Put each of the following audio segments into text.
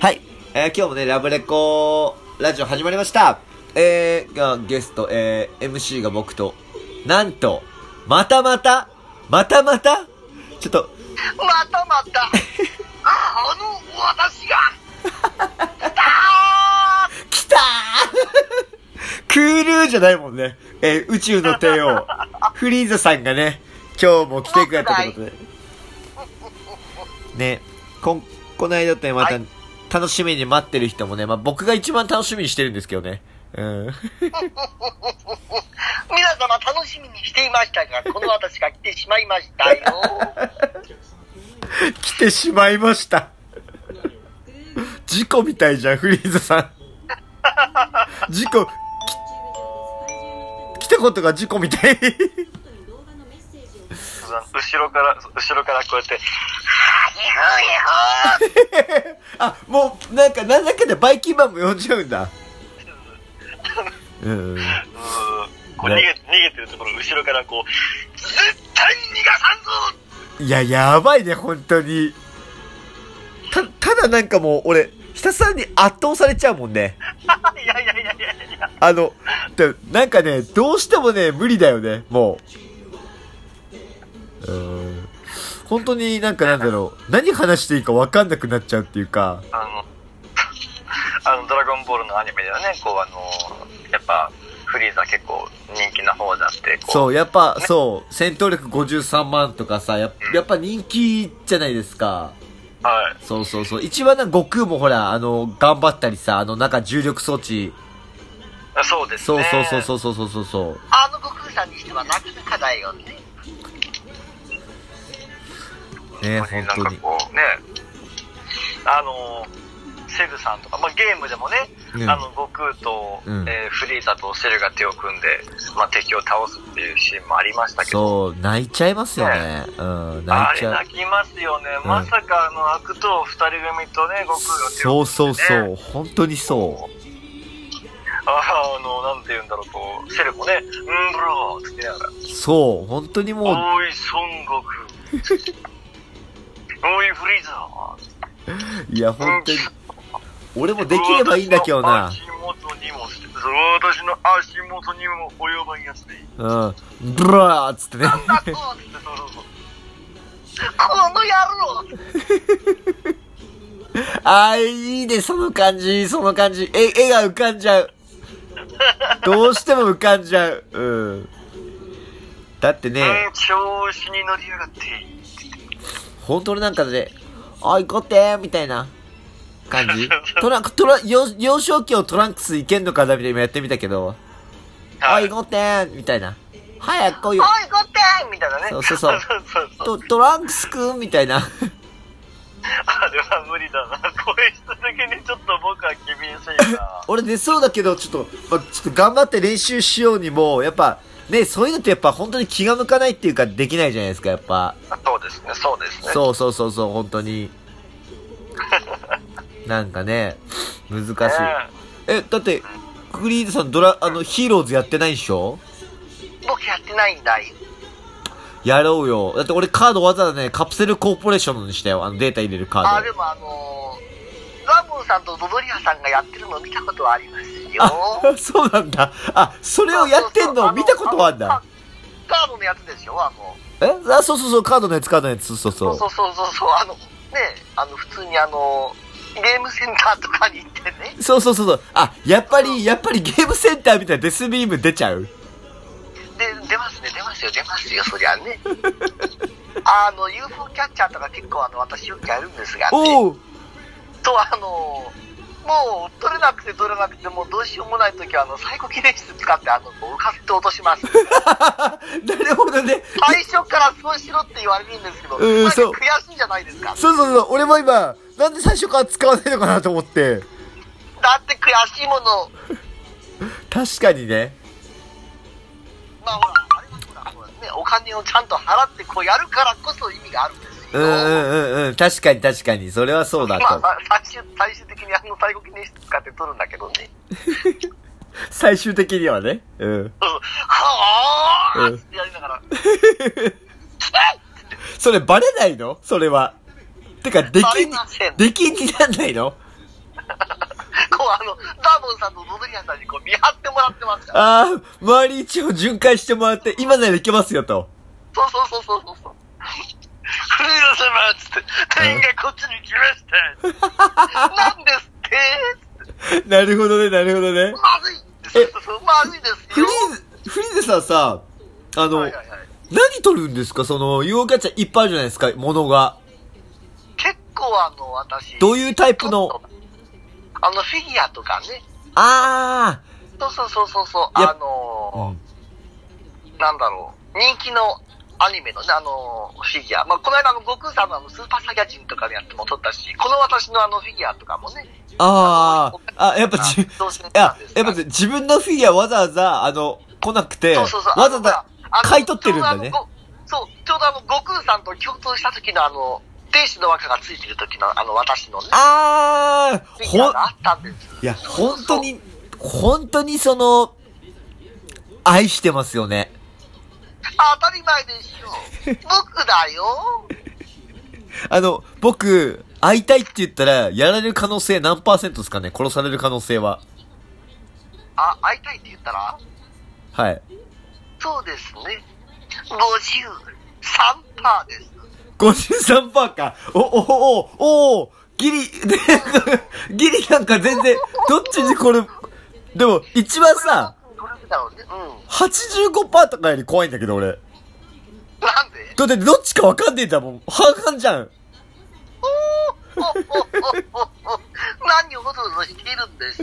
はい、えー今日もね、ラブレコラジオ始まりました。えー、がゲスト、えー、MC が僕と、なんと、またまた、またまた、ちょっと、またまたああの私があー来たー クールじゃないもんね。えー宇宙の帝王、フリーザさんがね、今日も来てくれたってことで。ね、こん、この間ってまた、は楽しみに待ってる人もね、まあ、僕が一番楽しみにしてるんですけどね。うん。皆様楽しみにしていましたがこの私が来てしまいましたよ来てしまいました。事故みたいじゃん、フリーザさん。事故、来たことが事故みたい。 後ろから後ろからこうやって「はいほいあ、もう、なんか、なんだかんだバイキンマンも呼んじゃうんだ。うん。ほい」こう逃げ逃げてるところ後ろからこう「絶対逃がさんぞ!いや、やばいね、本当に。た、ただなんかもう、俺、ひたすらに圧倒されちゃうもんね。」 いやいやいやいやいやあの、でなんかね、どうしてもね、無理だよね、もう。うーん。本当になんかなんだろう、何話していいか分かんなくなっちゃうっていうか、あのあの「ド ラゴンボール」のアニメではねこうあのやっぱフリーザ結構人気な方だってこうそう、やっぱ、そう、戦闘力53万とかさ、ややっぱ人気じゃないですか。はいそうそうそう。一番な、悟空もほら、あの、頑張ったりさ、あの、なんか重力装置。あそうですそうねそうそうそうそうそうそう。あの悟空さんにしてはなかなかだよね。ね、なん本か当に。こうね、あの、セルさんとか、まあ、ゲームでもね、うんあの悟空と、うんえーフリーザとセルが手を組んで、まあ、敵を倒すっていうシーンもありましたけど、そう、泣いちゃいますよね。うん、泣あいれちゃう。泣きますよね、うんまさかあの悪党二人組とね、悟空が手そをうそう組んでそねう、本当にそう。ああの、なんて言うんだろう、こう、セルもね、うんブローって言いながら、そう、本当にもう、おい、孫悟空、 おい、フリーザいや、本当にうん。俺もできればいいんだけどな。私の足元にも、私の足元にも及ばんや つでいい。うん。ブラーっつってね。あ、そうって、そうそうそう。この野郎あー、いいね、その感じ、その感じ。え、絵が浮かんじゃう。どうしても浮かんじゃう。うん。だってね、うん、調子に乗りやがって。本当になんかね、あ、行こうって、みたいな感じ。トランク、トラ、幼幼少期をトランクス行けんのかなみたいな今やってみたけど、あ、はい。行おい、こうって、みたいな。早く来いよ。こってみたいなね。そうそうそうそうそうそうトトランクスくんみたいな。。あれは無理だな。これした時にちょっと僕は厳しいな俺出そうだけど、ちょっと、まあ、ちょっと頑張って練習しようにも、やっぱ、ね、そういうのってやっぱ本当に気が向かないっていうかできないじゃないですか、やっぱ。 そうですね、そうですね。そうそうそうそう、本当に。なんかね、難しい。ねえ、だって、グリーンさんドラ、あの、ヒーローズやってないでしょ僕やってないんだい。やろうよ。だって俺カードわざわざね、カプセルコーポレーションにしたよ。あのデータ入れるカあ、ーでド。もあのー、ザボンさんとドドリアさんがやってるの見たことはありますよ。 あ、そうなんだ。あ、それをやってんの見たことはあんだ。。カードのやつでしょあの、えあ、そうそうそう、カードのやつ、カードのやつ、そうそうそそううそ。うそうそうそう、あの、ね、あの、普通にあの、ゲームセンターとかに行ってね、そうそうそうそう。あ、やっぱり、やっぱりゲームセンターみたいなデスビーム出ちゃうで、出ますね、出ますよ、出ますよ、そり ゃね。あの、UFO キャッチャーとか結構あの、私よくやるんですが、ね、おおと、あの、もう取れなくて取れなくてもうどうしようもない時はあのサイコキネシス使ってあのこう浮かせて落とします なるほどね。最初からそうしろって言われるんですけど、うんなんかそう悔しいんじゃないですかそうそうそう。俺も今、なんで最初から使わないのかなと思って。だって悔しいもの確かにね。まあほらあれはほらほらねお金をちゃんと払ってこうやるからこそ意味があるんですうんようんうんうん。確かに確かに。それはそうだまあと。まあ最終最終的にあの最後記念室使って取るんだけどね最終的にはね。うん。うんはあうんってやりながらそれバレないのそれは。てか、できバレませんできになんないの あの、ダーボンさんとドドリアンさんにこう見張ってもらってますから。ああ、周り一応巡回してもらって、今なら行けますよと。そうそうそうそうそうそう。クリロ様っつって、店員がこっちに来ました。 なんですってなるほどね、なるほどね。まずいんですよ。まずいですフリよ。ーズ、フリーズさんさ、あの、はいはいはい何取るんですかその、UFO キャッチャーいっぱいあるじゃないですか、ものが。結構あの、私。どういうタイプのあの、フィギュアとかね。あそうそうそうそうそう。いやああ、のうーなんだろう。人気のアニメのね、あのーフィギュア。まあ、この間あの、悟空さんのあの、スーパーサイヤ人とかのやつも撮ったし、この私のあの、フィギュアとかもね。ああ、あ、やっぱじ、いどうしてや、やっぱそう自分のフィギュアわざわざ、あの、来なくて、そうそう。わざわざあの買い取ってるんだねちょうどあ。のごそう、ちょうどあの、悟空さんと共闘した時のあの、天使の輪っかがついてる時のあの、私のね、ああ、フィギュほアん、があったんです。いや、本当に、本当にその、愛してますよね。当たり前でしょ。僕だよ。あの、僕、会いたいって言ったら、やられる可能性何パーセントですかね殺される可能性は。あ、会いたいって言ったらはい。そうですね。53%パーです。 53%か。お、お、お、お、お、ギリ、 でギリなんか全然、どっちにこれ、でも、一番さ、これだろうね。うん。 85%とかより怖いんだけど、俺。なんでだって、どっちかわかんねえんだもん。半々じゃん。おおおおお何をほとほとしているんです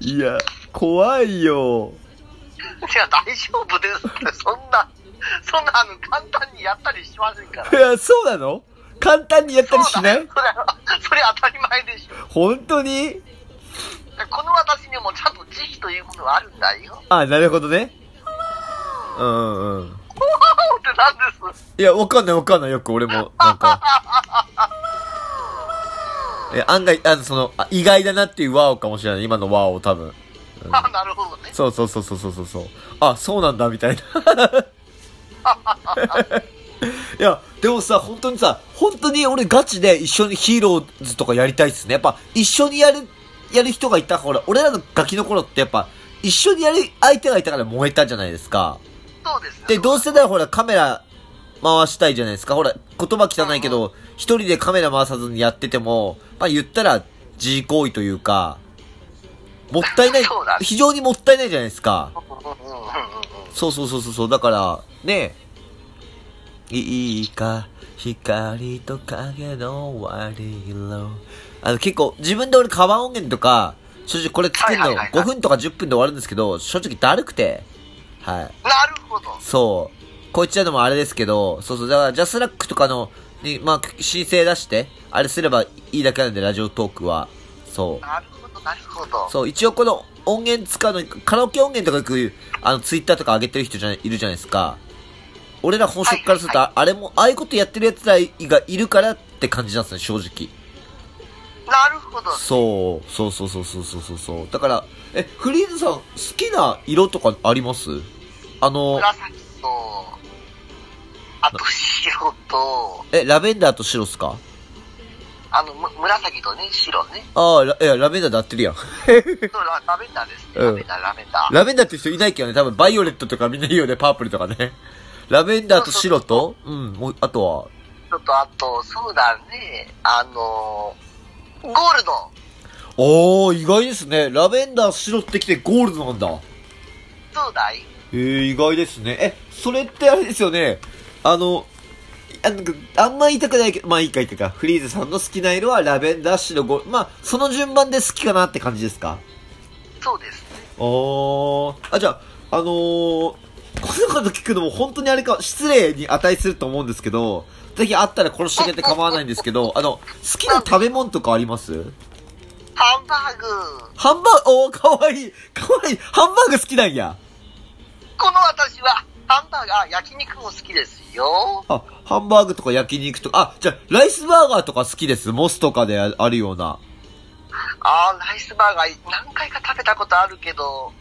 いや、怖いよ。いや、大丈夫ですって、そんな、そんな、あの、簡単にやったりしませんから。いや、そうなの簡単にやったりそしうだなよいそれは、それは当たり前でしょ。本当にこの私にもちゃんと慈悲というものはあるんだよ。あ、なるほどね。うんうんうん。おおって何ですいや、わかんないわかんない。よく俺も、なんか。いや、案外、あの、その、あ意外だなっていうワオかもしれない。今のワオ多分。あ、なるほどね。そうそうそうそうそうそうそう。あ、そうなんだ、みたいな。 いや、でもさ、本当にさ、本当に俺ガチで一緒にヒーローズとかやりたいっすね。やっぱ、一緒にやる、やる人がいたから、俺らのガキの頃ってやっぱ、一緒にやる相手がいたから燃えたじゃないですか。そうですね。で、どうせならほらカメラ回したいじゃないですか。ほら、言葉汚いけど、一人でカメラ回さずにやってても、まあ言ったら自慰行為というか、もったいないそうだ、ね非常にもったいないじゃないですか。うんうんうんうんうん。そうそうそうそうそう、だから、ねいいか、光と影の割り色。あの結構、自分で俺カバン音源とか、正直これ作るはいのはいはいはい5分とか10分で終わるんですけど、正直だるくて、はい。なるほど。そう。こいつらのもあれですけど、そうそう、だから、ジャスラックとかの、に、まあ、申請出して、あれすればいいだけなんで、ラジオトークは。そう。なるほど、なるほど。そう、一応この音源使うのに、カラオケ音源とかよく、あの、ツイッターとか上げてる人じゃない、いるじゃないですか。俺ら本職からすると、はあれも、ああいうことやってる奴らがいるからって感じなんですね、正直。なるほど。そう、そうそうそうそうそうそうそう。だから、え、フリーズさん、好きな色とかありますあの、紫と、あと白と、え、ラベンダーと白っすかあの、む紫とね、白ね。ああ、ラいや、ラベンダーで合ってるやん。そうララベンダーですね。うラんベンダー、ラベンダー。ラベンダーって人いないけどね、多分バイオレットとかみんな言うよね、パープルとかね。ラベンダーと白と、うん、もう、あとは、ちょっとあと、そうだね、あのー、ゴールド。おー、意外ですね。ラベンダー白ってきてゴールドなんだ。そうだいえー、意外ですね。え、それってあれですよね。あの、あなんかあんま言いたくないけど、まあいいかいいかいいか。フリーズさんの好きな色はラベンダー白ゴールまあ、その順番で好きかなって感じですかそうですね。おー。あ、じゃあ、あのー、こんなこと聞くのも本当にあれか、失礼に値すると思うんですけど、ぜひあったら殺してあげて構わないんですけ ど、あの、好きな食べ物とかありますハンバーグ。ハンバーグ、おー、かわいい。かわいい。ハンバーグ好きなんや。この私は、ハンバーガー、焼肉も好きですよ。あ、ハンバーグとか焼肉とか、あ、じゃあ、ライスバーガーとか好きです。モスとかでああるような。あー、ライスバーガー、何回か食べたことあるけど、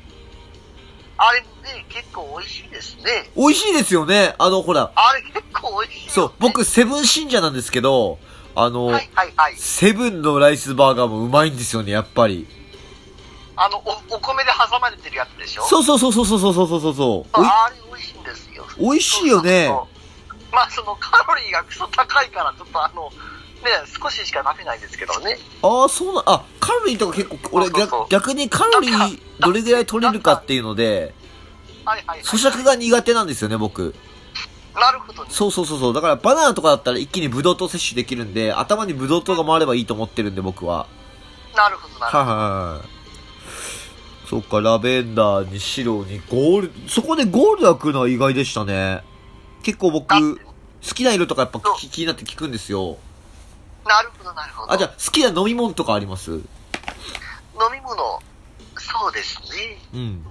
あれね、結構美味しいですね。美味しいですよね。あの、ほら、あれ結構美味しいよね、そう、僕、セブン信者なんですけど、あの、はいはいはい。セブンのライスバーガーもうまいんですよね、やっぱり。あの、おお米で挟まれてるやつでしょそうそうそうそうそうそうそうそうそう。おいあれ美味しいんですよ。美味しいよねそうそうそうまあ、そのカロリーがクソ高いから、ちょっとあの、ね、少ししか食べないですけどね。ああ、そうな、あ、カロリーとか結構、俺そうそうそう逆逆にカロリーどれぐらい取れるかっていうので、はいはい、はい。咀嚼が苦手なんですよね、僕。なるほどね。そうそうそうそう。だからバナナとかだったら一気にブドウ糖摂取できるんで、頭にブドウ糖が回ればいいと思ってるんで、僕は。なるほど、なるほど。はいはいはい。そっか、ラベンダーに白にゴール、そこでゴールドが来るのは意外でしたね。結構僕、だっ好てきな色とかやっぱ聞き気になって聞くんですよ。なるほど、なるほど。あ、じゃあ好きな飲み物とかあります飲み物、そうですね。うん。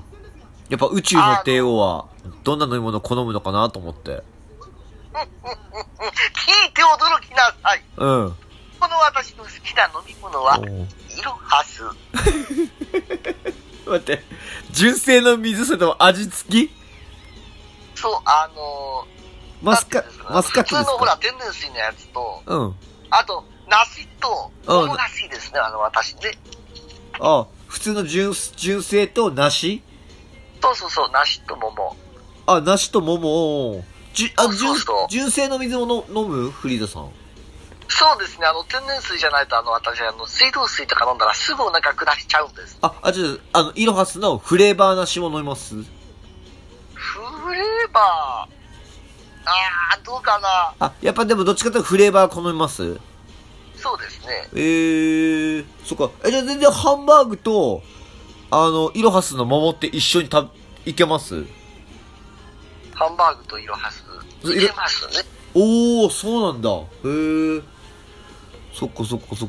やっぱ宇宙の帝王は、どんな飲み物を好むのかなと思って。うん聞いて驚きなさい。うん。おこの私の好きな飲み物は、うイロハス。待って、純正の水それとも味付きそう、あのマスカなんていうんです、かマスカット普通でのすほらか、天然水のやつと、うん。あと、梨と、うん桃が好きですね、あの、私ね。あ、普通の純、純正と梨そうそうそう、梨と桃。あ、梨と桃。じゅあ、そう純そうそう、純正の水もの飲むフリーザさん。そうですね、あの、天然水じゃないと、あの、私、あの、水道水とか飲んだらすぐお腹下しちゃうんです。あ、あ、ちょっと、あの、イロハスのフレーバー梨も飲みますフレーバー。あー、どうかな。あ、やっぱでもどっちかというとフレーバー好みますそうですね。えー、そっか。え、じゃあ全然ハンバーグと、あの、イロハスの桃って一緒に食べ、いけますハンバーグとイロハス。いいろけますね。おー、そうなんだ。へー。そっかそっかそっか。